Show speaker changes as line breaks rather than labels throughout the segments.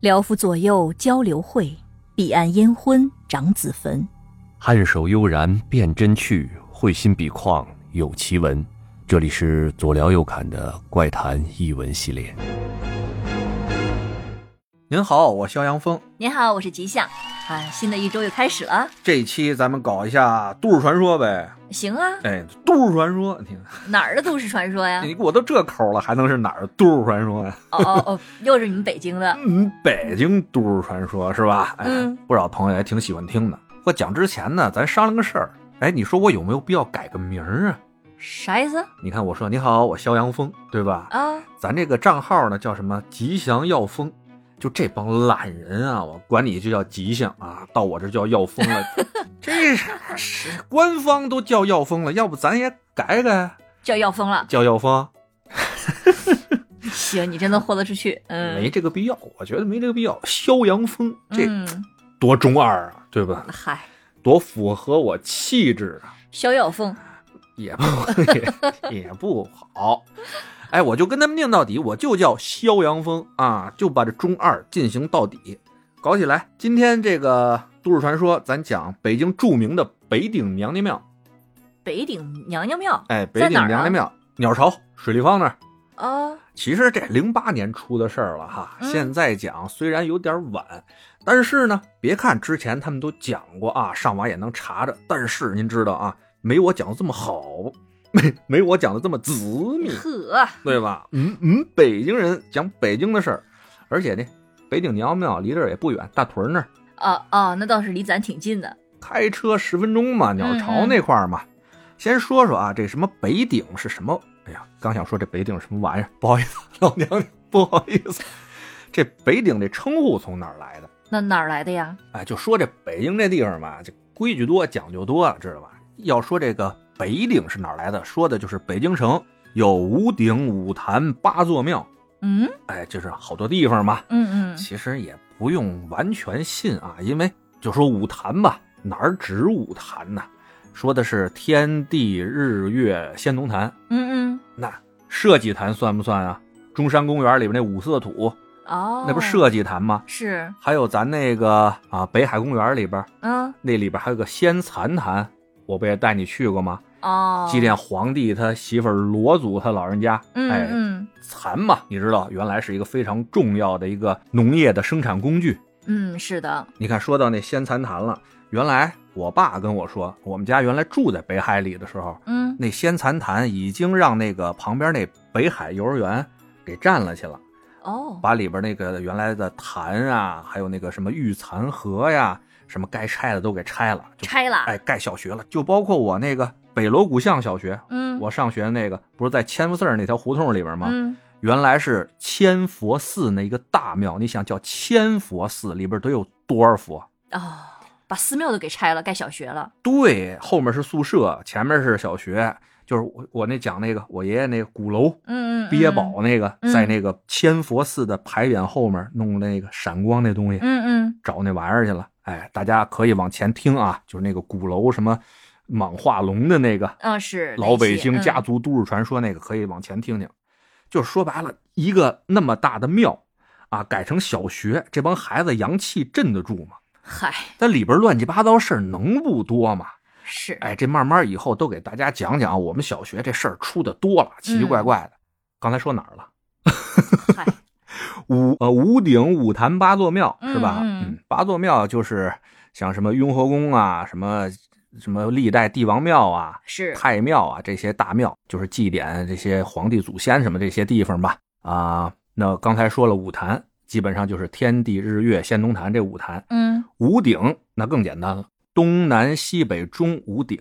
辽府左右交流会，彼岸烟婚长子坟。
颔首悠然辨真趣，会心笔况有奇文。这里是左聊右侃的怪谈译文系列。
您好，我肖阳峰。
您好，我是吉祥。啊，新的一周又开始了。
这一期咱们搞一下都市传说呗。
行啊，
哎，都市传说，你
哪儿的都市传说呀？
你我都这口了，还能是哪儿的都市传说呀？
哦哦哦，又是你们北京的。
嗯，北京都市传说是吧？哎、
嗯
不少朋友也挺喜欢听的。我讲之前呢，咱商量个事儿。哎，你说我有没有必要改个名儿啊？
啥意思
你看，我说你好，我肖阳峰，对吧？
啊？
咱这个账号呢叫什么？吉祥药风。就这帮懒人啊，我管你就叫吉祥啊，到我这叫药 风了。这是官方都叫药风了，要不咱也改改
叫要疯了。
叫药风？
行，你真的豁得出去。嗯，
没这个必要，我觉得没这个必要。肖阳风这
嗯，
多中二啊，对吧？
嗨，
多符合我气质啊，
逍遥风。
也不也也不好。哎，我就跟他们拧到底，我就叫肖阳风啊，就把这中二进行到底，搞起来。今天这个都市传说，咱讲北京著名的北顶娘娘庙。
北顶娘娘庙
哎，北
在
顶
哪儿啊
娘娘庙，鸟巢水立方那儿。
啊，
其实这零八年出的事儿了哈，
嗯
现在讲虽然有点晚，但是呢，别看之前他们都讲过啊，上网也能查着，但是您知道啊，没我讲的这么好，没没我讲的这么仔密，
呵，
对吧？嗯嗯，北京人讲北京的事儿，而且呢，北顶娘娘庙离这儿也不远，大屯儿那儿
哦哦，那倒是离咱挺近的。
开车十分钟嘛，鸟巢那块儿嘛。先说说啊，这什么北顶是什么？哎呀，刚想说这北顶是什么玩意儿，不好意思，老娘娘不好意思。这北顶这称呼从哪儿来的？
那哪儿来的呀？
哎，就说这北京这地方嘛，这规矩多，讲究多了，知道吧？要说这个北顶是哪儿来的，说的就是北京城有五顶、五坛、八座庙，
嗯
哎，就是好多地方嘛。
嗯嗯，
其实也不用完全信啊，因为就说五坛吧，哪儿指五坛呐？说的是天地日月仙农坛，
嗯
那社稷坛算不算啊？中山公园里边那五色土，
嗯，哦，
那不是社稷坛吗？
是，
还有咱那个啊，北海公园里边
嗯
那里边还有个仙蚕坛，我不也带你去过吗？
哦，
祭奠皇帝他媳妇儿罗祖他老人家，
嗯
哎，
嗯
蚕嘛，你知道原来是一个非常重要的一个农业的生产工具，
嗯，是的，
你看，说到那仙蚕坛了，原来我爸跟我说，我们家原来住在北海里的时候，
嗯，
那仙蚕坛已经让那个旁边那北海幼儿园给占了去了，
哦，
把里边那个原来的坛啊，还有那个什么玉蚕盒呀，什么该拆的都给拆了，就
拆了，
哎盖小学了，就包括我那个北锣鼓巷小学，
嗯，
我上学那个不是在千佛寺儿那条胡同里边吗？
嗯
原来是千佛寺那一个大庙，你想叫千佛寺里边得有多少佛？
哦，把寺庙都给拆了，盖小学了，
对，后面是宿舍，前面是小学，就是我我那讲那个我爷爷那个鼓楼
嗯嗯，
憋宝啊那个，
嗯
在那个千佛寺的牌匾后面弄那个闪光那东西，
嗯，嗯
找那玩意儿去了。哎，大家可以往前听啊，就是那个鼓楼什么莽化龙的那个
嗯嗯，是
老北京家
族，
族都市传说那个，可以往前听听。就是说白了，一个那么大的庙啊，改成小学，这帮孩子阳气镇得住吗？
嗯嗨，
但里边乱七八糟事儿能不多吗？
是，
哎，这慢慢以后都给大家讲讲啊，我们小学这事儿出的多了，奇奇
嗯
怪怪的。刚才说哪儿了？
嗨，
五呃五顶五坛八座庙是吧？
嗯嗯
八座庙就是像什么雍和宫啊，什么什么历代帝王庙啊、
是，
太庙啊这些大庙，就是祭奠这些皇帝祖先什么这些地方吧。啊，那刚才说了五坛，基本上就是天地日月仙农坛这五坛。
嗯
五顶那更简单了，东南西北中五顶。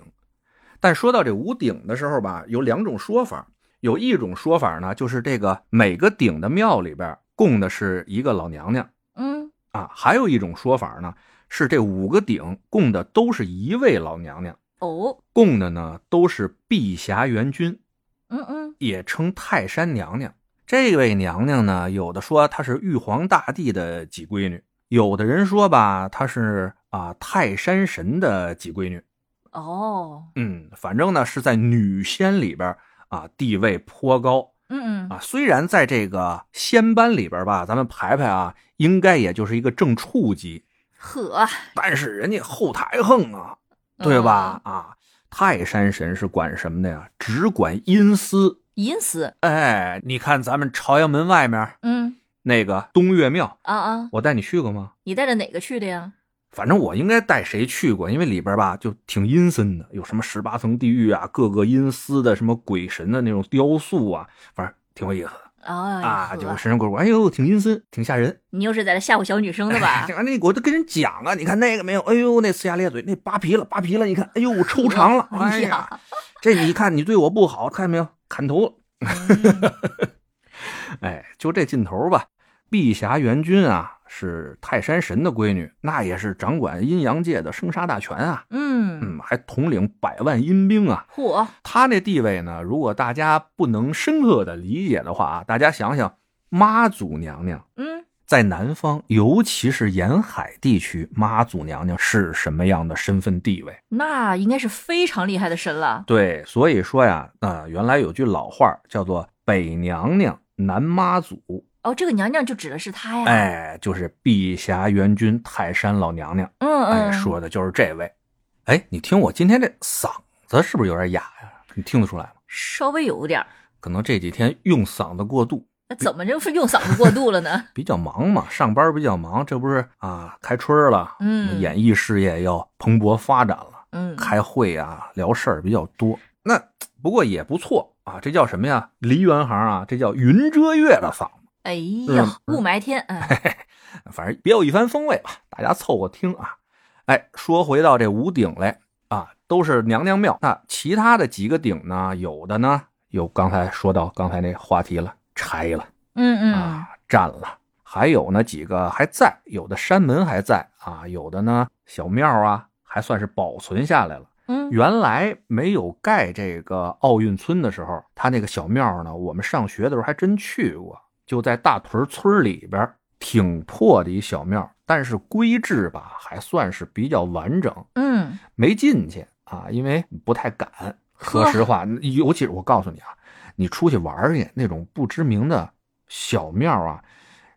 但说到这五顶的时候吧，有两种说法。有一种说法呢，就是这个每个顶的庙里边供的是一个老娘娘
嗯，
啊；还有一种说法呢，是这五个顶供的都是一位老娘娘，
哦，
供的呢都是碧霞元君，
嗯嗯，
也称泰山娘娘。这位娘娘呢，有的说她是玉皇大帝的几闺女，有的人说吧，她是啊泰山神的几闺女。
哦，
嗯，反正呢是在女仙里边啊地位颇高，
嗯嗯
啊。虽然在这个仙班里边吧，咱们排排啊，应该也就是一个正处级，
呵，
但是人家后台横啊，对
嗯
吧？啊，泰山神是管什么的呀？只管阴司。
隐私，
哎，你看咱们朝阳门外面
嗯
那个东岳庙，
啊啊，
我带你去过吗？
你带着哪个去的呀？
反正我应该带谁去过，因为里边吧就挺阴森的，有什么十八层地狱啊，各个阴司的什么鬼神的那种雕塑啊，反正挺有意思的
啊
啊，
呵
就是神神鬼鬼，哎呦，挺阴森，挺吓人。
你又是在这吓唬小女生的吧
哎？呀那我都跟人讲啊，你看那个没有，哎呦，那呲牙咧嘴，那扒皮了，扒皮了，你看，哎呦，我抽肠了，哎呀，这你看你对我不好，看见没有，砍头了，
嗯
哎，就这劲头吧。碧霞元君啊，是泰山神的闺女，那也是掌管阴阳界的生杀大权啊。
嗯，
嗯，还统领百万阴兵啊！
嚯，
他那地位呢，如果大家不能深刻的理解的话啊，大家想想，妈祖娘娘
嗯
在南方，尤其是沿海地区，妈祖娘娘是什么样的身份地位？
那应该是非常厉害的神了。
对，所以说呀，啊、原来有句老话儿叫做“北娘娘，南妈祖
哦，这个娘娘就指的是她”，呀。，
哎，就是碧霞元君泰山老娘娘，
嗯
哎，
嗯，
说的就是这位。哎，你听我今天这嗓子是不是有点哑呀？你听得出来吗？
稍微有点儿，
可能这几天用嗓子过度，
那怎么就是用嗓子过度了呢？
比较忙嘛，上班比较忙，这不是啊，开春了，
嗯
演艺事业要蓬勃发展了，
嗯，
开会啊，聊事儿比较多。那不过也不错啊，这叫什么呀？梨园行啊，这叫云遮月的嗓子，
哎
嗯
呀，雾霾天，哎，
反正别有一番风味吧，大家凑合听啊。哎，说回到这五鼎来啊，都是娘娘庙。那其他的几个鼎呢？有的呢，有刚才说到刚才那话题了，拆了。
嗯嗯
啊占了。还有呢几个还在，有的山门还在啊，有的呢小庙啊还算是保存下来了。
嗯，
原来没有盖这个奥运村的时候，它那个小庙呢，我们上学的时候还真去过，就在大屯村里边儿，挺破的一小庙，但是规制吧还算是比较完整，
嗯，
没进去啊，因为不太敢。
呵
说实话，尤其是我告诉你啊，你出去玩儿去那种不知名的小庙啊，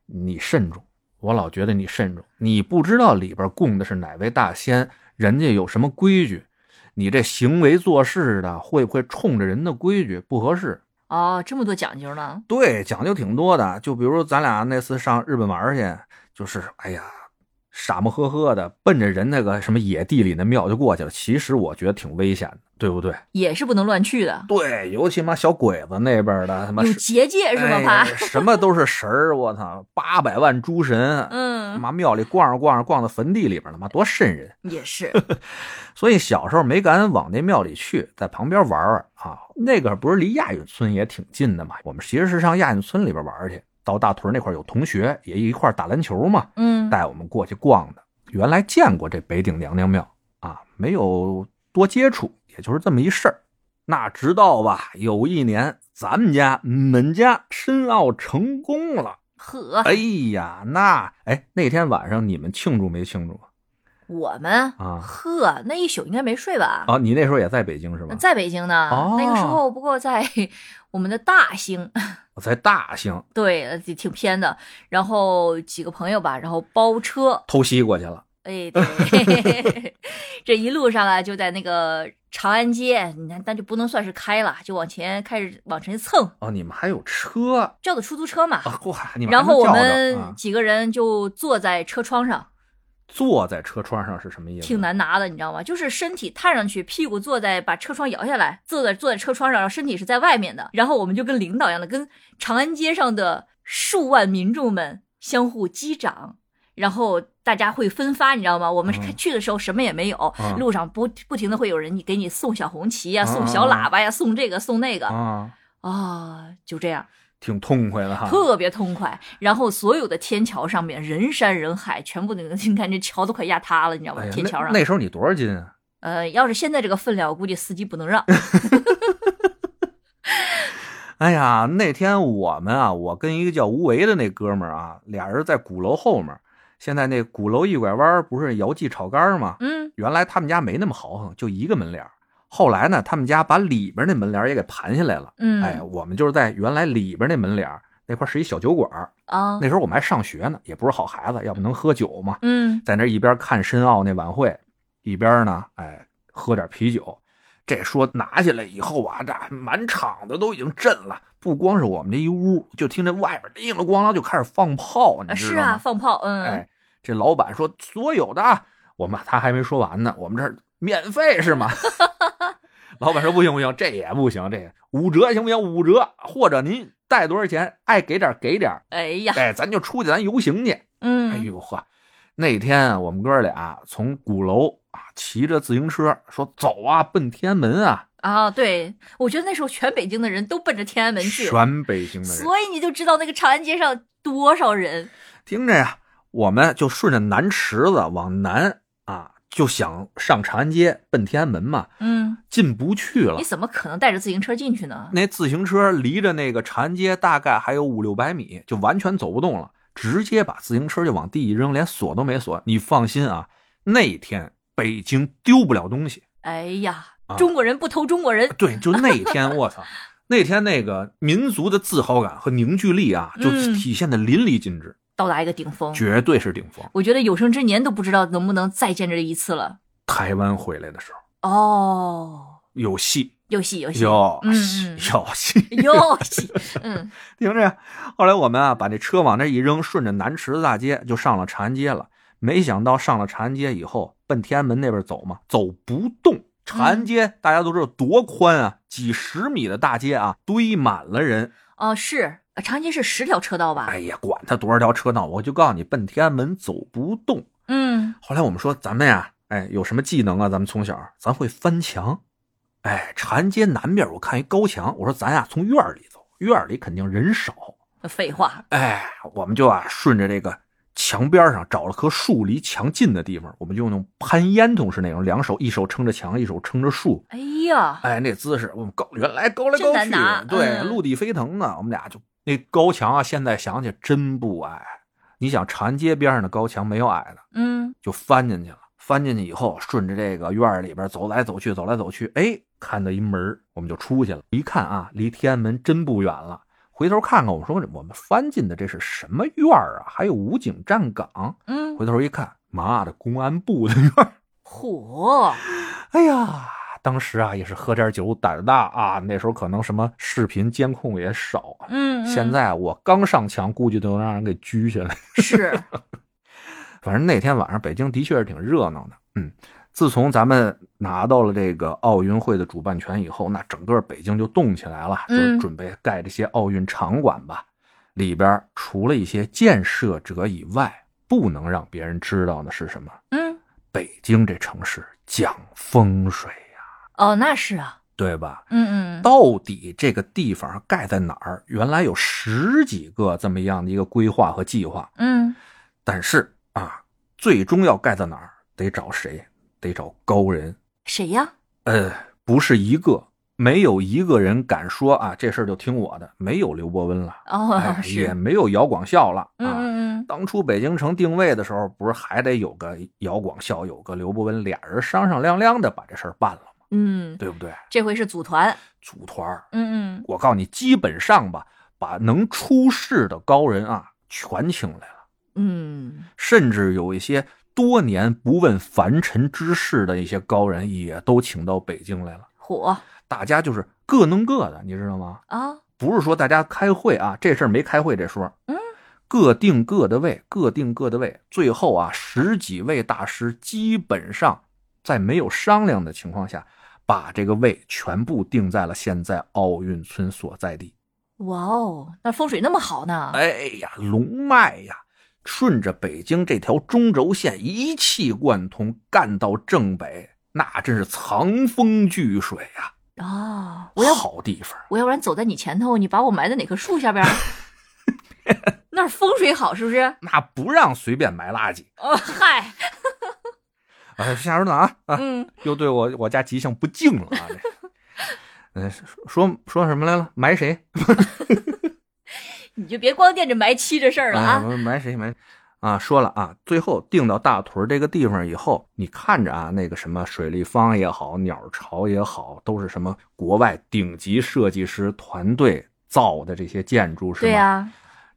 你慎重。我老觉得你慎重，你不知道里边供的是哪位大仙，人家有什么规矩，你这行为做事的会不会冲着人的规矩不合适？
哦，这么多讲究呢，
对，讲究挺多的。就比如咱俩那次上日本玩儿去，就是哎呀，傻么呵呵的，奔着人那个什么野地里那庙就过去了。其实我觉得挺危险的，对不对？
也是不能乱去的，
对，尤其妈小鬼子那边的他妈
有
是
结界是吧？
哎
怕，
什么都是神儿，我操，八百万诸神，
嗯，
妈庙里逛着逛着逛到坟地里边了，妈多瘆人。
也是，
所以小时候没敢往那庙里去，在旁边玩玩啊。那个不是离亚运村也挺近的嘛？我们其实是上亚运村里边玩去，到大屯那块儿有同学也一块儿打篮球嘛，
嗯，
带我们过去逛的。原来见过这北顶娘娘庙啊，没有多接触，也就是这么一事儿。那直到吧，有一年咱们家门家申奥成功了，
呵，
哎呀，那哎那天晚上你们庆祝没庆祝
我们，
啊？
呵，那一宿应该没睡吧？
啊，你那时候也在北京是
那
吧？
在北京呢，
哦
那个时候不过在我们的大兴，
我哦在大兴
对，呃挺挺偏的。然后几个朋友吧，然后包车，
偷西过去了。
哎，对， 这一路上啊，就在那个长安街，你看，但就不能算是开了，就往前开始往前蹭，
哦，你们还有车 啊？
叫的出租车嘛。
哇，你们
然
还
后
能
我
叫着
们
啊
几个人就坐在车窗上，
坐在车窗上是什么意思？
挺。难拿的，你知道吗？就是身体探上去，屁股坐在把车窗摇下来，坐在坐在车窗上，然后身体是在外面的。然后我们就跟领导一样的，跟长安街上的数万民众们相互击掌，然后大家会分发，你知道吗？我们
嗯
去的时候什么也没有，
嗯
路上不不停的会有人给你送小红旗呀、
嗯
送小喇叭呀、送这个送那个啊、
啊，
就这样。
挺痛快的哈。
特别痛快。然后所有的天桥上面人山人海，全部那个你看这桥都快压塌了，你知道吗？
哎呀
天桥上
那，那时候你多少斤啊？
呃，要是现在这个分量，我估计司机不能 让。
哎呀，那天我们啊，我跟一个叫吴为的那哥们儿啊，俩人在鼓楼后面。现在那鼓楼一拐弯儿不是姚记炒肝儿吗？
嗯，
原来他们家没那么豪横，就一个门脸儿。后来呢，他们家把里边那门帘儿也给盘下来了。
嗯，
哎，我们就是在原来里边那门帘儿那块儿是一小酒馆儿，
啊，
那时候我们还上学呢，也不是好孩子，要不能喝酒嘛，
嗯
在那一边看申奥那晚会，一边呢，哎，喝点啤酒。这说拿起来以后啊，这满场子都已经震了，不光是我们这一屋，就听这外边叮了咣啷就开始放炮，
啊
你
是
知道吗？
啊，放炮，嗯，
哎，这老板说所有的啊，我们他还没说完呢，我们这儿免费是吗？ 老板说不行不行，这也不行，这也五折行不行？五折，或者您带多少钱，爱给点儿给点儿，
哎 呀，
哎，咱就出去咱游行去。哎
嗯，
呦呵，那天啊我们哥俩从鼓楼啊骑着自行车说走啊，奔天安门啊，
啊，对，我觉得那时候全北京的人都奔着天安门去，
全北京的人
所以你就知道那个长安街上多少人，
听着呀，我们就顺着南池子往南啊，就想上长安街奔天安门嘛。
嗯，
进不去了
你。怎么可能带着自行车进去呢？
那自行车离着那个长安街大概还有五六百米，就完全走不动了，直接把自行车就往地一扔，连锁都没锁。你放心啊，那天北京丢不了东西。
哎呀
啊，
中国人不偷中国人，
对，就那天，我操，那天那个民族的自豪感和凝聚力啊，就
嗯哦
体现的淋漓尽致，
到达一个顶峰。
绝对是顶峰。
我觉得有生之年都不知道能不能再见这一次了。
台湾回来的时候
哦，
有戏，
有戏有戏
有
嗯
戏，
嗯
有戏。
有戏，嗯
听着呀，后来我们啊把这车往那一扔，顺着南池子大街就上了长安街了。没想到上了长安街以后，奔天安门那边走嘛，走不动。长
嗯
安街大家都知道多宽啊，几十米的大街啊，堆满了人。
哦是，呃长安街是十条车道吧？
哎呀，管他多少条车道，我就告诉你，奔天安门走不动。
嗯，
后来我们说，咱们呀，哎，有什么技能啊？咱们从小咱会翻墙。哎，长安街南边我看一高墙，我说咱呀从院儿里走，院儿里肯定人少，
废话，
哎，我们就啊顺着这个墙边上找了棵树离墙近的地方，我们就用攀烟筒式那种，两手一手撑着墙，一手撑着树。
哎呀，
哎，那姿势我们高原来高来
真
高
难
去
拿
的，对，
嗯
陆地飞腾啊呢。我们俩就那高墙啊，现在想起真不矮。你想长安街边上的高墙没有矮的，
嗯，
就翻进去了。翻进去以后，顺着这个院儿里边走来走去，走来走去，哎，看到一门儿我们就出去了。一看啊，离天安门真不远了。回头看看，我说我们翻进的这是什么院儿啊？还有武警站岗。
嗯，
回头一看，妈的，公安部的院儿。
嚯，
哎呀，当时啊也是喝点酒，胆儿大啊。那时候可能什么视频监控也少。
嗯，嗯
现在啊我刚上墙，估计都能让人给拘起来。
是，
反正那天晚上北京的确是挺热闹的。嗯，自从咱们拿到了这个奥运会的主办权以后，那整个北京就动起来了，
嗯
就准备盖这些奥运场馆吧。里边除了一些建设者以外，不能让别人知道的是什么？
嗯，
北京这城市讲风水呀、
哦那是啊，
对吧？
嗯嗯，
到底这个地方盖在哪儿？原来有十几个这么样的一个规划和计划，
嗯，
但是啊，最终要盖在哪儿，得找谁？得找高人。
谁呀？
呃，不是一个，没有一个人敢说啊，这事儿就听我的。没有刘伯温了，
哦
哎，
是
也，没有姚广孝了
嗯
啊。
嗯嗯，
当初北京城定位的时候，不是还得有个姚广孝，有个刘伯温，俩人商商量量的把这事儿办了吗？
嗯，
对不对？
这回是组团，
组团儿，
嗯嗯，
我告诉你，基本上吧，把能出世的高人啊全请来了。
嗯，
甚至有一些多年不问凡尘之事的一些高人，也都请到北京来了。
火
大家就是各弄各的，你知道吗？
啊，
不是说大家开会啊，这事儿没开会这说，
嗯，
各定各的位，各定各的位。最后啊，十几位大师基本上在没有商量的情况下，把这个位全部定在了现在奥运村所在地。
哇哦，那风水那么好呢，
哎呀，龙脉呀，顺着北京这条中轴线一气贯通，干到正北，那真是藏风聚水呀、
啊， 我要
好地方。
我要不然走在你前头，你把我埋在哪棵树下边 儿？那儿风水好是不是？
那不让随便埋垃圾。
哦，嗨，
哎，下手党啊啊，
嗯，
又对我我家吉祥不敬了啊！这， 嗯，说说什么来了？埋谁？
你就别光惦着埋妻这事儿了
哎
啊。
我埋谁埋？啊，说了啊，最后定到大屯这个地方以后，你看着啊，那个什么水立方也好，鸟巢也好，都是什么国外顶级设计师团队造的这些建筑，是吗？
对呀、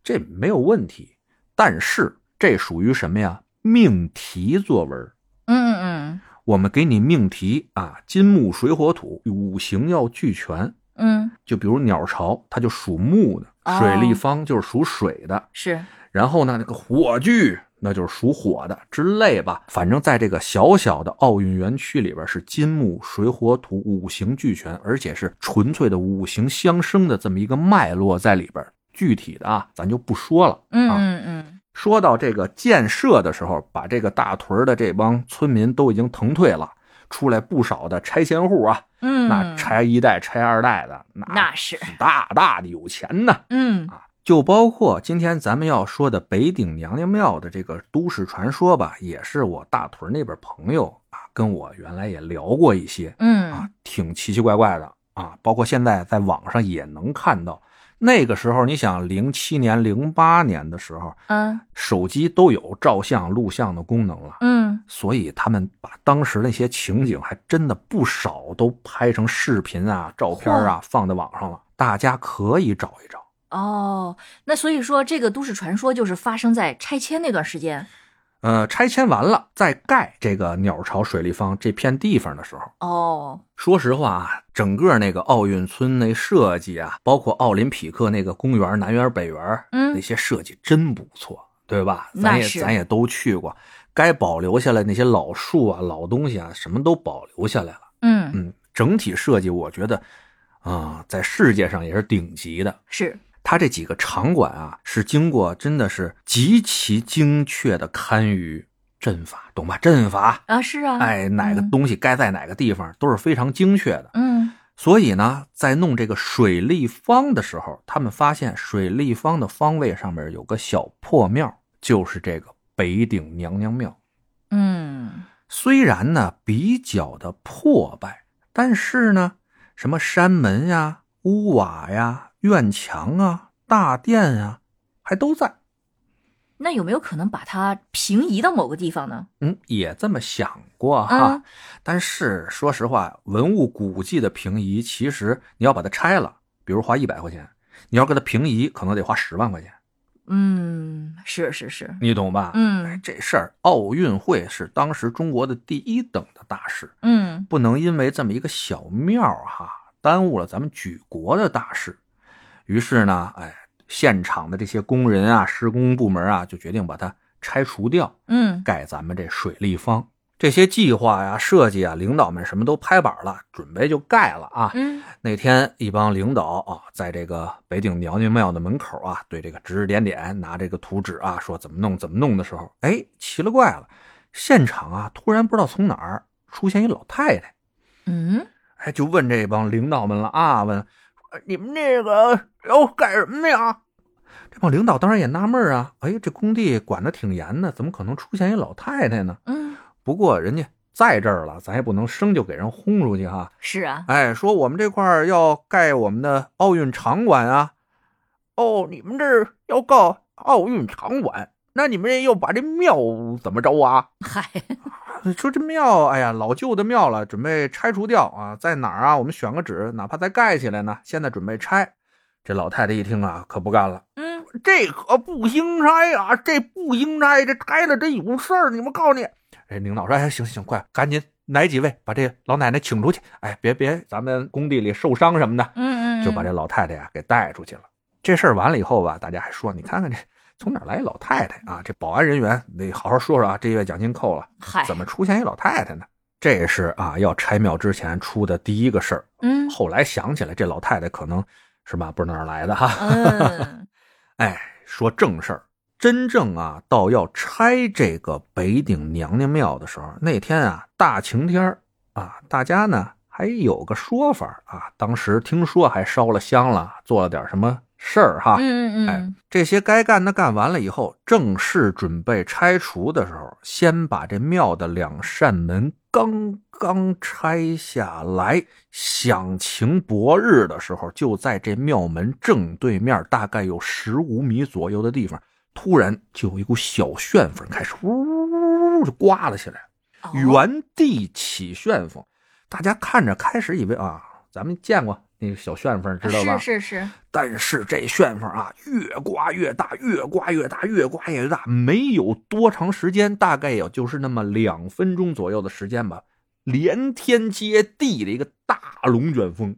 这没有问题。但是这属于什么呀？命题作文。
嗯嗯
我们给你命题啊，金木水火土五行要俱全。
嗯嗯，
就比如鸟巢，它就属木的；
哦
水立方就是属水的。
是，
然后呢，那个火炬那就是属火的之类吧。反正在这个小小的奥运园区里边，是金木水火土五行俱全，而且是纯粹的五行相生的这么一个脉络在里边。具体的啊，咱就不说了。
嗯
啊
嗯嗯，
说到这个建设的时候，把这个大屯儿的这帮村民都已经腾退了，出来不少的拆迁户啊，
嗯，
那拆一代、拆二代的，那
那是，
大大的有钱呢。
嗯
就包括今天咱们要说的北顶娘娘庙的这个都市传说吧，也是我大屯那边朋友啊跟我原来也聊过一些啊
嗯，，
挺奇奇怪怪的啊，包括现在在网上也能看到。那个时候，你想零七年、零八年的时候，
嗯
手机都有照相、录像的功能了，
嗯，
所以他们把当时那些情景还真的不少都拍成视频啊、照片啊，放在网上了，大家可以找一找。
哦，那所以说这个都市传说就是发生在拆迁那段时间，
呃，拆迁完了再盖这个鸟巢水立方这片地方的时候，
哦，
说实话啊，整个那个奥运村那设计啊，包括奥林匹克那个公园南园北园，
嗯
那些设计真不错，对吧？
那
咱也
是
咱也都去过，该保留下来那些老树啊、老东西啊，什么都保留下来了。
嗯，
嗯，整体设计我觉得啊、在世界上也是顶级的。
是，
它这几个场馆啊，是经过真的是极其精确的堪舆阵法，懂吧？阵法，
啊是啊，
哎，哪个
嗯
东西该在哪个地方，都是非常精确的。
嗯
所以呢，在弄这个水立方的时候，他们发现水立方的方位上面有个小破庙，就是这个北顶娘娘庙。
嗯
虽然呢比较的破败，但是呢，什么山门呀、屋瓦呀、院墙啊、大殿啊，还都在。
那有没有可能把它平移到某个地方呢？
嗯，也这么想过哈，
啊，
但是说实话，文物古迹的平移，其实你要把它拆了，比如花一百块钱，你要给它平移，可能得花十万块钱，
嗯，是是是，
你懂吧？哎
嗯
这事儿，奥运会是当时中国的第一等的大事，
嗯
不能因为这么一个小庙儿哈，耽误了咱们举国的大事。于是呢，哎，现场的这些工人啊、施工部门啊，就决定把它拆除掉，
嗯
盖咱们这水立方。这些计划呀、设计啊，领导们什么都拍板了，准备就盖了啊。
嗯
那天，一帮领导啊，在这个北顶娘娘庙的门口啊，对这个指指点点，拿这个图纸啊，说怎么弄怎么弄的时候，哎，奇了怪了，现场啊，突然不知道从哪儿出现一老太太，
嗯，
哎，就问这帮领导们了啊，问呃你们这个要干什么呀？这帮领导当然也纳闷儿啊，哎，这工地管得挺严的，怎么可能出现一老太太呢？
嗯，
不过人家在这儿了，咱也不能生就给人轰出去哈。
是啊，
哎，说我们这块儿要盖我们的奥运场馆啊。哦，你们这儿要告奥运场馆，那你们这又把这庙怎么着啊？
嗨，
说这庙，哎呀，老旧的庙了，准备拆除掉啊，在哪儿啊？我们选个址，哪怕再盖起来呢，现在准备拆。这老太太一听啊，可不干了，
嗯
这可不应拆啊，这不应拆，这拆了这有事儿，你们告你。哎，领导说，哎，行行行，快，赶紧哪几位把这老奶奶请出去，哎，别别，咱们工地里受伤什么的，
嗯嗯，
就把这老太太呀、给带出去了。这事儿完了以后吧，大家还说，你看看这从哪儿来一老太太啊？这保安人员得好好说说啊，这月奖金扣了。
嗨，
怎么出现一老太太呢？这是啊，要拆庙之前出的第一个事儿。
嗯
后来想起来，这老太太可能是吧，不知道哪儿来的哈。
嗯
哎，说正事儿，真正啊，到要拆这个北顶娘娘庙的时候，那天啊，大晴天儿啊，大家呢还有个说法啊，当时听说还烧了香了，做了点什么事儿哈。
嗯
哎
嗯，
这些该干的干完了以后，正式准备拆除的时候，先把这庙的两扇门刚刚拆下来，响晴薄日的时候，就在这庙门正对面，大概有十五米左右的地方，突然就有一股小旋风开始呜就刮了起来，
哦
原地起旋风。大家看着开始以为啊，咱们见过那个小旋风，知道吧？
是是是，
但是这旋风啊，越刮越大，越刮越大，越刮越大，没有多长时间，大概也就是那么两分钟左右的时间吧，连天接地的一个大龙卷风，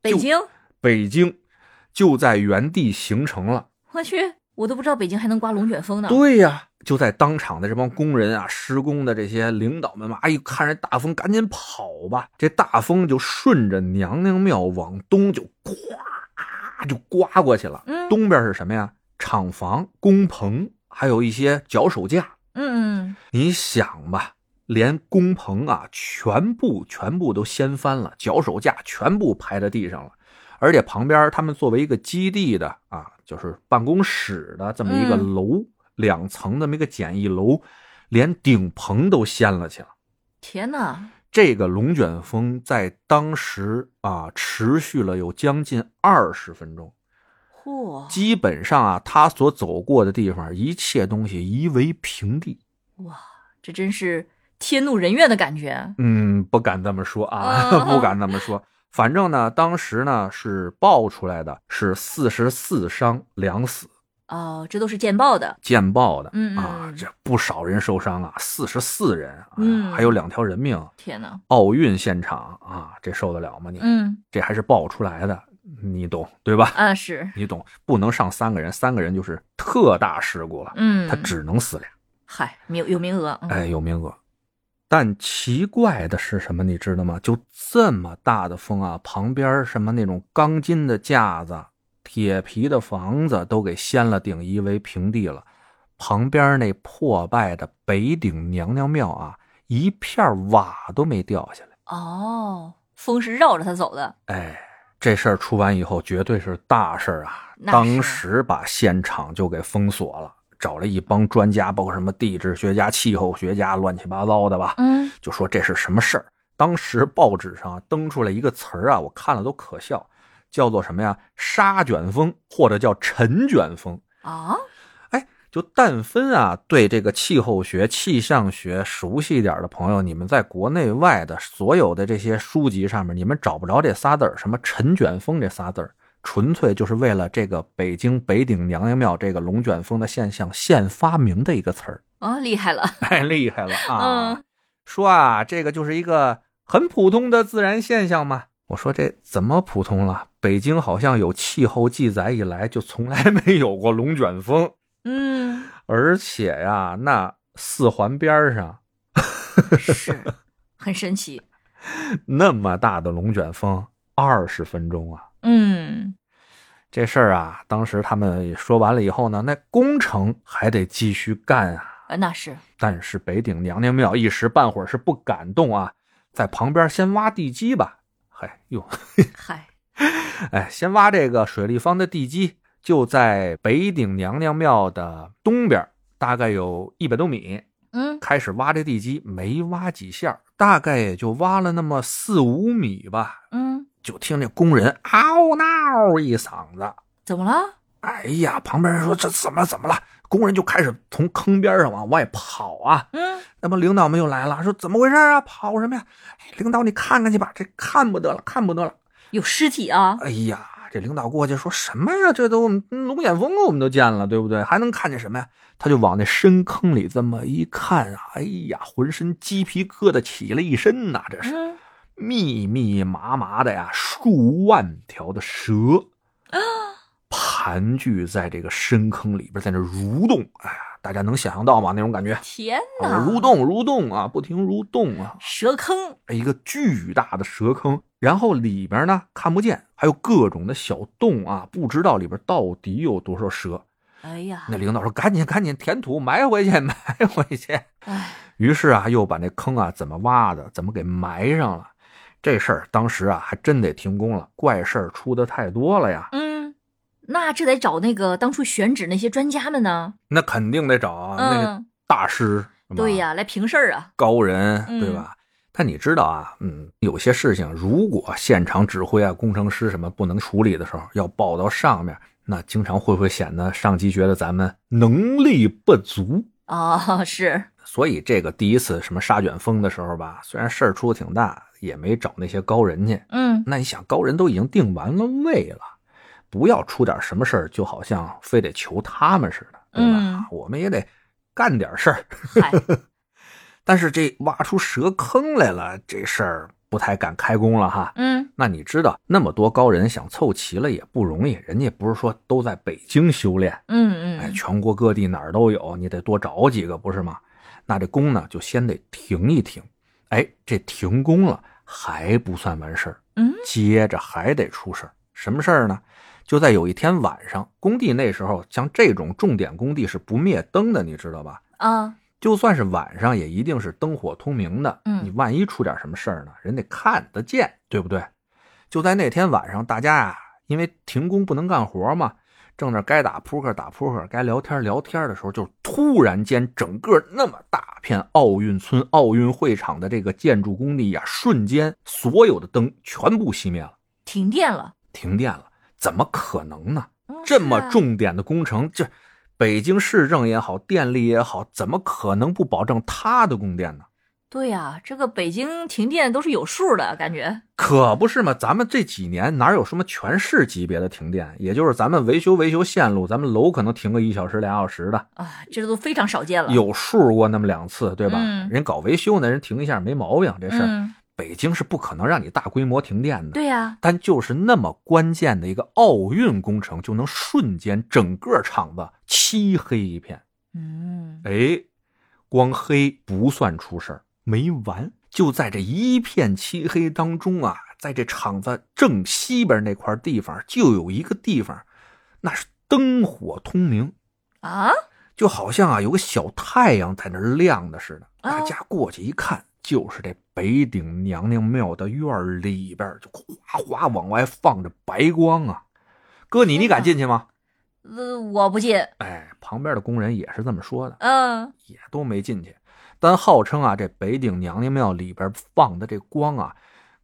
北
就
京，
北京就在原地形成了。
我去，我都不知道北京还能刮龙卷风呢。
对呀、就在当场的这帮工人啊、施工的这些领导们嘛，哎呦，看着大风赶紧跑吧！这大风就顺着娘娘庙往东就咵就刮过去了。
嗯
东边是什么呀？厂房、工棚，还有一些脚手架。
嗯嗯，
你想吧，连工棚啊，全部全部都掀翻了，脚手架全部排在地上了，而且旁边他们作为一个基地的啊，就是办公室的这么一个
嗯
楼，两层这么一个简易楼，连顶棚都掀了去了。
天哪，
这个龙卷风在当时啊，持续了有将近二十分钟。
嚯，
基本上啊，他所走过的地方，一切东西夷为平地。
这真是天怒人怨的感觉。
嗯，不敢这么说啊，
哦
不敢这么说。反正呢，当时呢是报出来的是四十四伤两死，
哦，这都是见报的。
见报的
嗯嗯
啊
嗯，
这不少人受伤啊，四十四人，啊
嗯
还有两条人命。
天哪，
奥运现场啊，这受得了吗你？
嗯
这还是报出来的，你懂对吧？
啊是，
你懂，不能上三个人，三个人就是特大事故了，
嗯
他，只能死俩。
嗨，名有名额，嗯
哎，有名额。但奇怪的是什么？你知道吗？就这么大的风啊，旁边什么那种钢筋的架子、铁皮的房子都给掀了顶，夷为平地了。旁边那破败的北顶娘娘庙啊，一片瓦都没掉下来。
哦，风是绕着他走的，
哎，这事儿出完以后，绝对是大事儿啊！
那是
当时把现场就给封锁了，找了一帮专家，包括什么地质学家、气候学家，乱七八糟的吧。
嗯
就说这是什么事儿。当时报纸上登出来一个词儿啊，我看了都可笑，叫做什么呀？沙卷风或者叫尘卷风。
啊，
哎，就但分啊，对这个气候学、气象学熟悉一点的朋友，你们在国内外的所有的这些书籍上面，你们找不着这仨字儿，什么尘卷风这仨字儿，纯粹就是为了这个北京北顶娘娘庙这个龙卷风的现象现发明的一个词儿。
哦，厉害了，
太厉害了啊！
嗯
说啊，这个就是一个很普通的自然现象嘛。我说这怎么普通了？北京好像有气候记载以来就从来没有过龙卷风，
嗯，
而且呀、那四环边上
是，很神奇，
那么大的龙卷风，二十分钟啊！
嗯，
这事儿啊，当时他们说完了以后呢，那工程还得继续干啊。
呃那是，
但是北顶娘娘庙一时半会儿是不敢动啊，在旁边先挖地基吧。嗨哟，
嗨，
哎，先挖这个水立方的地基，就在北顶娘娘庙的东边，大概有一百多米。
嗯
开始挖这地基，没挖几下，大概也就挖了那么四五米吧，
嗯，
就听这工人嗷闹一嗓子。
怎么了？
哎呀，旁边人说这怎么了怎么了？工人就开始从坑边上往外跑啊。
嗯，
那么领导们又来了，说怎么回事啊？跑什么呀？哎领导你看看去吧，这看不得了，看不得了。
有尸体啊？
哎呀，这领导过去说什么呀？这都我们龙卷风我们都见了，对不对？还能看见什么呀？他就往那深坑里这么一看啊，哎呀，浑身鸡皮疙瘩起了一身呐、这是
嗯，
密密麻麻的呀，数万条的蛇盘踞在这个深坑里边，在那蠕动。哎呀，大家能想象到吗？那种感觉，啊
天哪，
蠕动蠕动啊，不停蠕动啊。
蛇坑，
一个巨大的蛇坑，然后里边呢看不见，还有各种的小洞啊，不知道里边到底有多少蛇。
哎呀
那，领导说：“赶紧赶紧填土埋回去， 埋回去。
哎，”
于是啊，又把那坑啊怎么挖的，怎么给埋上了。这事儿当时啊还真得停工了，怪事儿出的太多了呀。
嗯，那这得找那个当初选址那些专家们呢，
那肯定得找啊那个
嗯，
大师，是吧
对呀，来评事儿啊，
高人，
嗯
对吧？但你知道啊，嗯，有些事情如果现场指挥啊、工程师什么不能处理的时候，要报到上面，那经常会不会显得上级觉得咱们能力不足？
哦，是，
所以这个第一次什么沙卷风的时候吧，虽然事儿出的挺大，也没找那些高人去。
嗯，
那你想，高人都已经定完了位了，不要出点什么事儿，就好像非得求他们似的，对吧？
嗯
我们也得干点事儿。
嗨，
但是这挖出蛇坑来了，这事儿不太敢开工了哈。
嗯，
那你知道，那么多高人想凑齐了也不容易，人家不是说都在北京修炼，
嗯
哎，
嗯，
全国各地哪儿都有，你得多找几个，不是吗？那这工呢，就先得停一停。哎，这停工了还不算完事儿，
嗯，
接着还得出事儿。什么事儿呢？就在有一天晚上，工地那时候，像这种重点工地是不灭灯的，你知道吧？
啊，
就算是晚上，也一定是灯火通明的。
嗯
你万一出点什么事儿呢，人得看得见，对不对？就在那天晚上，大家啊，因为停工不能干活嘛，正那该打扑克打扑克，该聊天聊天的时候，就突然间，整个那么大片奥运村、奥运会场的这个建筑工地呀、瞬间所有的灯全部熄灭了，
停电了，
停电了，怎么可能呢？
嗯
这么，
是啊
重点的工程，这北京市政也好，电力也好，怎么可能不保证它的供电呢？
对呀、这个北京停电都是有数的感觉，
可不是嘛，咱们这几年哪有什么全市级别的停电？也就是咱们维修维修线路，咱们楼可能停个一小时、俩小时的，
啊，这都非常少见了，，
有数过那么两次，对吧？
嗯
人搞维修呢，人停一下没毛病，这事儿、
嗯，
北京是不可能让你大规模停电的。
对呀、
但就是那么关键的一个奥运工程，就能瞬间整个场子漆黑一片。
嗯，
哎，光黑不算出事儿，没完。就在这一片漆黑当中啊，在这厂子正西边那块地方，就有一个地方，那是灯火通明，
啊，
就好像啊有个小太阳在那儿亮的似
哦
的。大家过去一看，就是这北顶娘娘庙的院儿里边，就哗哗往外放着白光啊。哥，你你敢进去吗？
呃，我不进，
哎，旁边的工人也是这么说的。
嗯、
也都没进去。但号称啊，这北顶娘娘庙里边放的这光啊，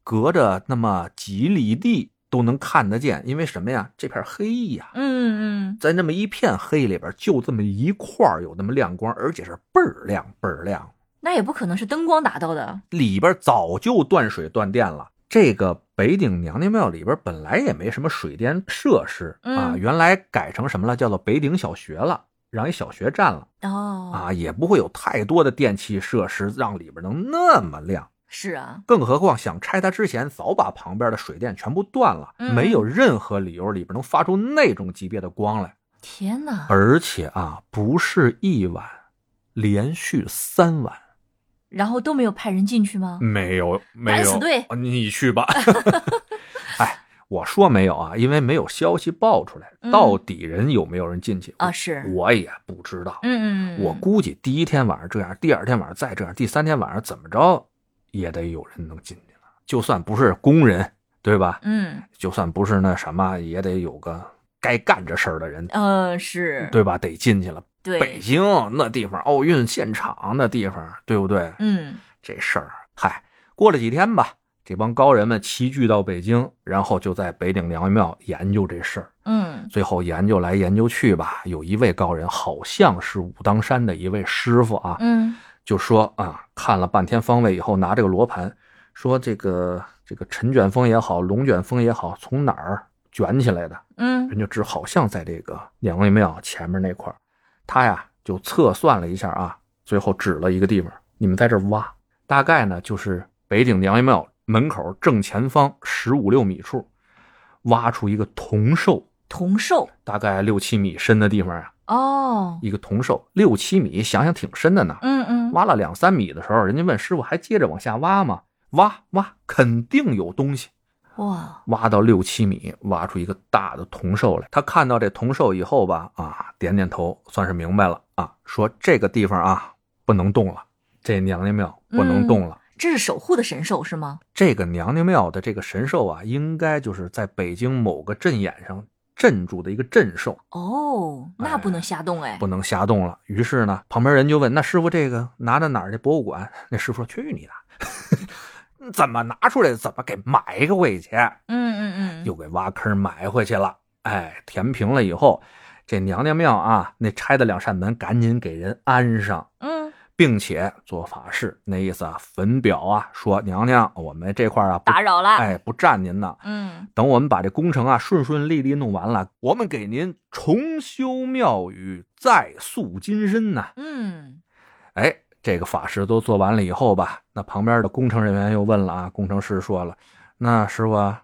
隔着那么几里地都能看得见，因为什么呀？这片黑呀，
嗯嗯，
在那么一片黑里边，就这么一块儿有那么亮光，而且是倍儿亮倍儿亮。
那也不可能是灯光达到的，
里边早就断水断电了。这个北顶娘娘庙里边本来也没什么水电设施、啊，
嗯
原来改成什么了？叫做北顶小学了，让一小学占了。
哦，
啊，也不会有太多的电器设施让里边能那么亮。
是啊，
更何况想拆它之前，早把旁边的水电全部断了，
嗯
没有任何理由里边能发出那种级别的光来。
天哪，
而且啊，不是一晚，连续三晚，啊
然后都没有派人进去吗？
没有没
敢死队
你 去吧。哎，我说没有啊，因为没有消息爆出来，
嗯
到底人有没有人进去
啊，是，
我也不知道。
嗯嗯，嗯
我估计第一天晚上这样，第二天晚上再这样，第三天晚上怎么着也得有人能进去了。就算不是工人，对吧？
嗯
就算不是那什么，也得有个该干这事儿的人，
呃是，
对吧？得进去了。
对
北京那地方，奥运现场那地方，对不对？
嗯
这事儿，嗨，过了几天吧，这帮高人们齐聚到北京，然后就在北顶娘娘庙研究这事儿。
嗯
最后研究来研究去吧，有一位高人，好像是武当山的一位师傅啊，
嗯
就说啊，看了半天方位以后，拿这个罗盘说这个这个陈卷风也好，龙卷风也好，从哪儿卷起来的？
嗯
人就知好像在这个娘娘庙前面那块儿，他呀就测算了一下啊，最后指了一个地方，你们在这儿挖，大概呢就是北顶娘娘庙门口正前方十五六米处，挖出一个铜兽，
铜兽
大概六七米深的地方啊，
哦，
一个铜兽六七米，想想挺深的呢。
嗯嗯
挖了两三米的时候，人家问师傅还接着往下挖吗？挖挖，肯定有东西。
哇
挖到六七米，挖出一个大的铜兽来。他看到这铜兽以后吧，啊，点点头，算是明白了啊，说这个地方啊不能动了，这娘娘庙不能动了。
这是守护的神兽是吗？
这个娘娘庙的这个神兽啊，应该就是在北京某个镇眼上镇住的一个镇兽，
哦，那不能瞎动哎，
不能瞎动了。于是呢，旁边人就问：“那师傅，这个拿到哪儿去博物馆？”那师傅说：“去 你的！”怎么拿出来？怎么给埋个回去？
嗯嗯嗯，
又给挖坑埋回去了。哎，填平了以后，这娘娘庙啊，那拆的两扇门赶紧给人安上，
嗯，
并且做法事，那意思啊，坟表啊，说娘娘，我们这块儿啊不
打扰了，
哎不占您呢，
嗯，
等我们把这工程啊顺顺利利弄完了，我们给您重修庙宇，再塑金身呐、
嗯
哎，这个法事都做完了以后吧，那旁边的工程人员又问了啊，工程师说了，那师傅啊，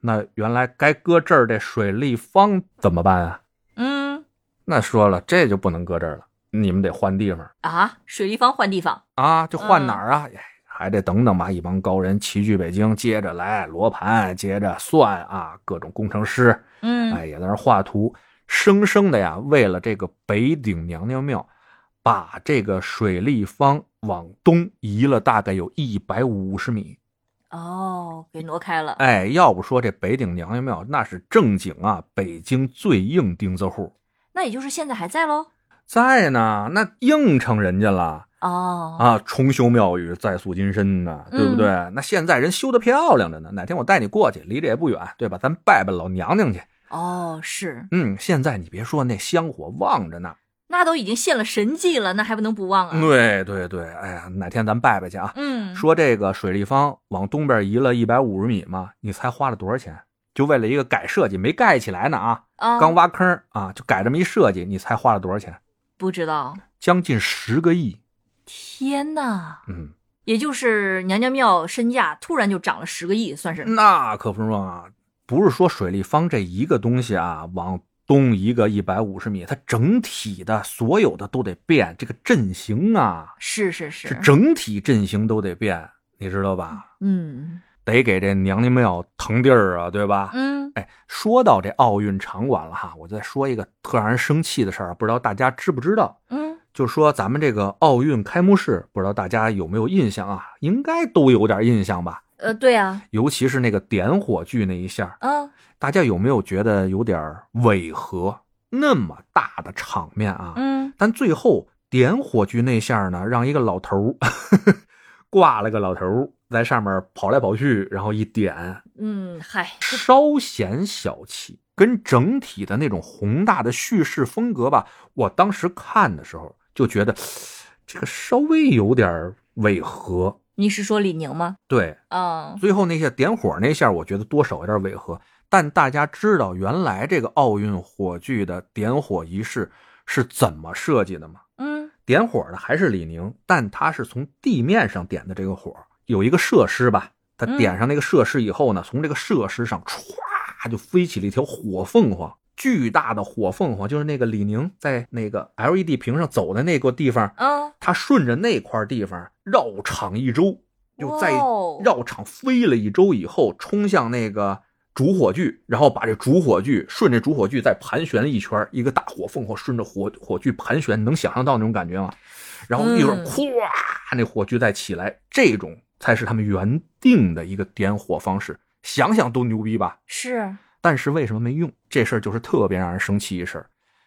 那原来该搁这儿这水立方怎么办啊？
嗯
那说了，这就不能搁这儿了，你们得换地方
啊，水立方换地方，
啊，这换哪儿啊？哎还得等等吧，一帮高人齐聚北京，接着来罗盘，接着算啊，各种工程师，
嗯，
哎，也在那儿画图，生生的呀，为了这个北顶娘娘庙，把这个水立方往东移了大概有一百五十米。
哦，给挪开了，
哎，要不说这北顶娘娘庙那是正经啊，北京最硬钉子户。
那也就是现在还在喽。
在呢，那应承人家了
哦，
啊，重修庙宇，再塑金身呢，对
嗯
不对？那现在人修的漂亮着呢，哪天我带你过去，离这也不远，对吧？咱拜拜老娘娘去。
哦，是，
嗯，现在你别说那香火旺着呢，
那都已经现了神迹了，那还不能不忘啊？
嗯对对对，哎呀，哪天咱拜拜去啊？
嗯，
说这个水立方往东边移了一百五十米嘛，你猜花了多少钱？就为了一个改设计，没盖起来呢啊，
啊，
刚挖坑啊，就改这么一设计，你猜花了多少钱？
不知道，
将近十个亿。
天哪！
嗯，
也就是娘娘庙身价突然就涨了十个亿，算是，
那可不是嘛，不是说水立方这一个东西啊，往东移个一百五十米，它整体的所有的都得变，这个阵型啊，
是是是，
是整体阵型都得变，你知道吧？
嗯
得给这娘娘庙腾地儿啊，对吧？
嗯，
哎，说到这奥运场馆了哈，我再说一个特让人生气的事儿，不知道大家知不知道？
嗯，
就说咱们这个奥运开幕式，不知道大家有没有印象啊？应该都有点印象吧，
呃，对啊，
尤其是那个点火炬那一下，
啊，
大家有没有觉得有点儿违和？那么大的场面啊，
嗯，
但最后点火炬那下呢，让一个老头儿 挂了个老头儿在上面跑来跑去，然后一点，
嗯，嗨，
稍显小气，跟整体的那种宏大的叙事风格吧，我当时看的时候就觉得这个稍微有点违和。
你是说李宁吗？
对，
啊，
最后那些点火那下，我觉得多少有点违和。但大家知道原来这个奥运火炬的点火仪式是怎么设计的吗？
嗯，
点火的还是李宁，但他是从地面上点的这个火，有一个设施吧，他点上那个设施以后呢，从这个设施上歘就飞起了一条火凤凰，巨大的火凤凰就是那个李宁在那个 LED 屏上走的那个地方，
啊，
他顺着那块地方绕场一周，就在
哇哦
绕场飞了一周以后，冲向那个。主火炬，然后把这主火炬顺着主火炬再盘旋一圈，一个大火凤凰顺着火火炬盘旋，能想象到那种感觉吗？然后一会儿
嗯
咵，那火炬再起来，这种才是他们原定的一个点火方式。想想都牛逼吧？
是，
但是为什么没用？这事儿就是特别让人生气一事儿。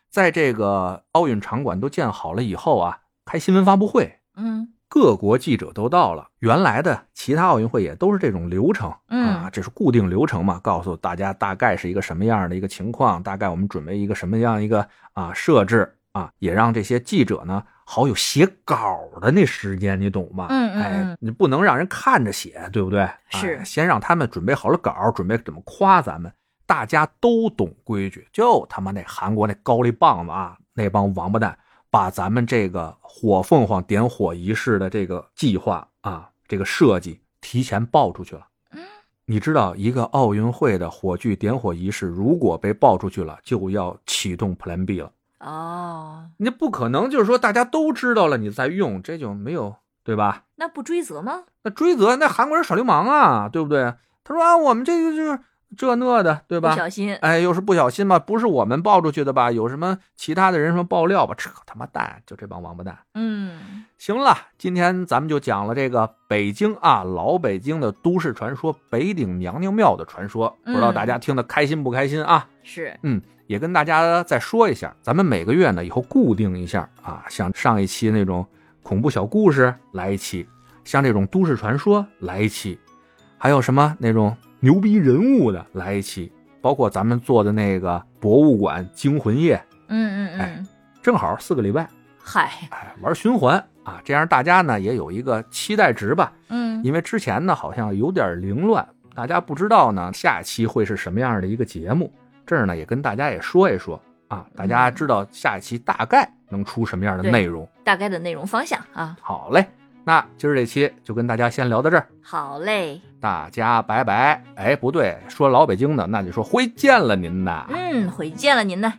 在这个奥运场馆都建好了以后啊，开新闻发布会，
嗯
各国记者都到了。原来的其他奥运会也都是这种流程，
嗯
啊，这是固定流程嘛，告诉大家大概是一个什么样的一个情况，大概我们准备一个什么样一个啊设置啊，也让这些记者呢好有写稿的那时间，你懂吗？
嗯嗯嗯
哎，你不能让人看着写，对不对？哎
是
先让他们准备好了稿，准备怎么夸咱们。大家都懂规矩，就他妈那韩国那高丽棒子啊，那帮王八蛋，把咱们这个火凤凰点火仪式的这个计划啊，这个设计提前爆出去了
嗯。
你知道，一个奥运会的火炬点火仪式，如果被爆出去了，就要启动 Plan B 了。
哦，
你不可能就是说大家都知道了你再用，这就没有对吧？
那不追责吗？
那追责那韩国人耍流氓啊，对不对？他说啊，我们这个就是这那的，对
不
吧？
小心，
哎，又是不小心吧？不是我们爆出去的吧？有什么其他的人什么爆料吧？扯他妈蛋！就这帮王八蛋。
嗯
行了，今天咱们就讲了这个北京啊，老北京的都市传说——北顶娘娘庙的传说，不知道
嗯
大家听得开心不开心啊？
是，
嗯，也跟大家再说一下，咱们每个月呢以后固定一下啊，像上一期那种恐怖小故事来一期，像这种都市传说来一期，还有什么那种牛逼人物的来一期，包括咱们做的那个不博物馆惊魂夜，
嗯嗯嗯
哎，正好四个礼拜，
嗨，
哎，玩循环啊，这样大家呢也有一个期待值吧。
嗯
因为之前呢好像有点凌乱，大家不知道呢下期会是什么样的一个节目。这儿呢也跟大家也说一说啊，大家知道下期大概能出什么样的
对
内容。
大概的内容方向啊。
好嘞，那今儿这期就跟大家先聊到这儿，
好嘞，
大家拜拜。哎，不对，说老北京的那就说回见了您呐。
嗯，回见了您呢。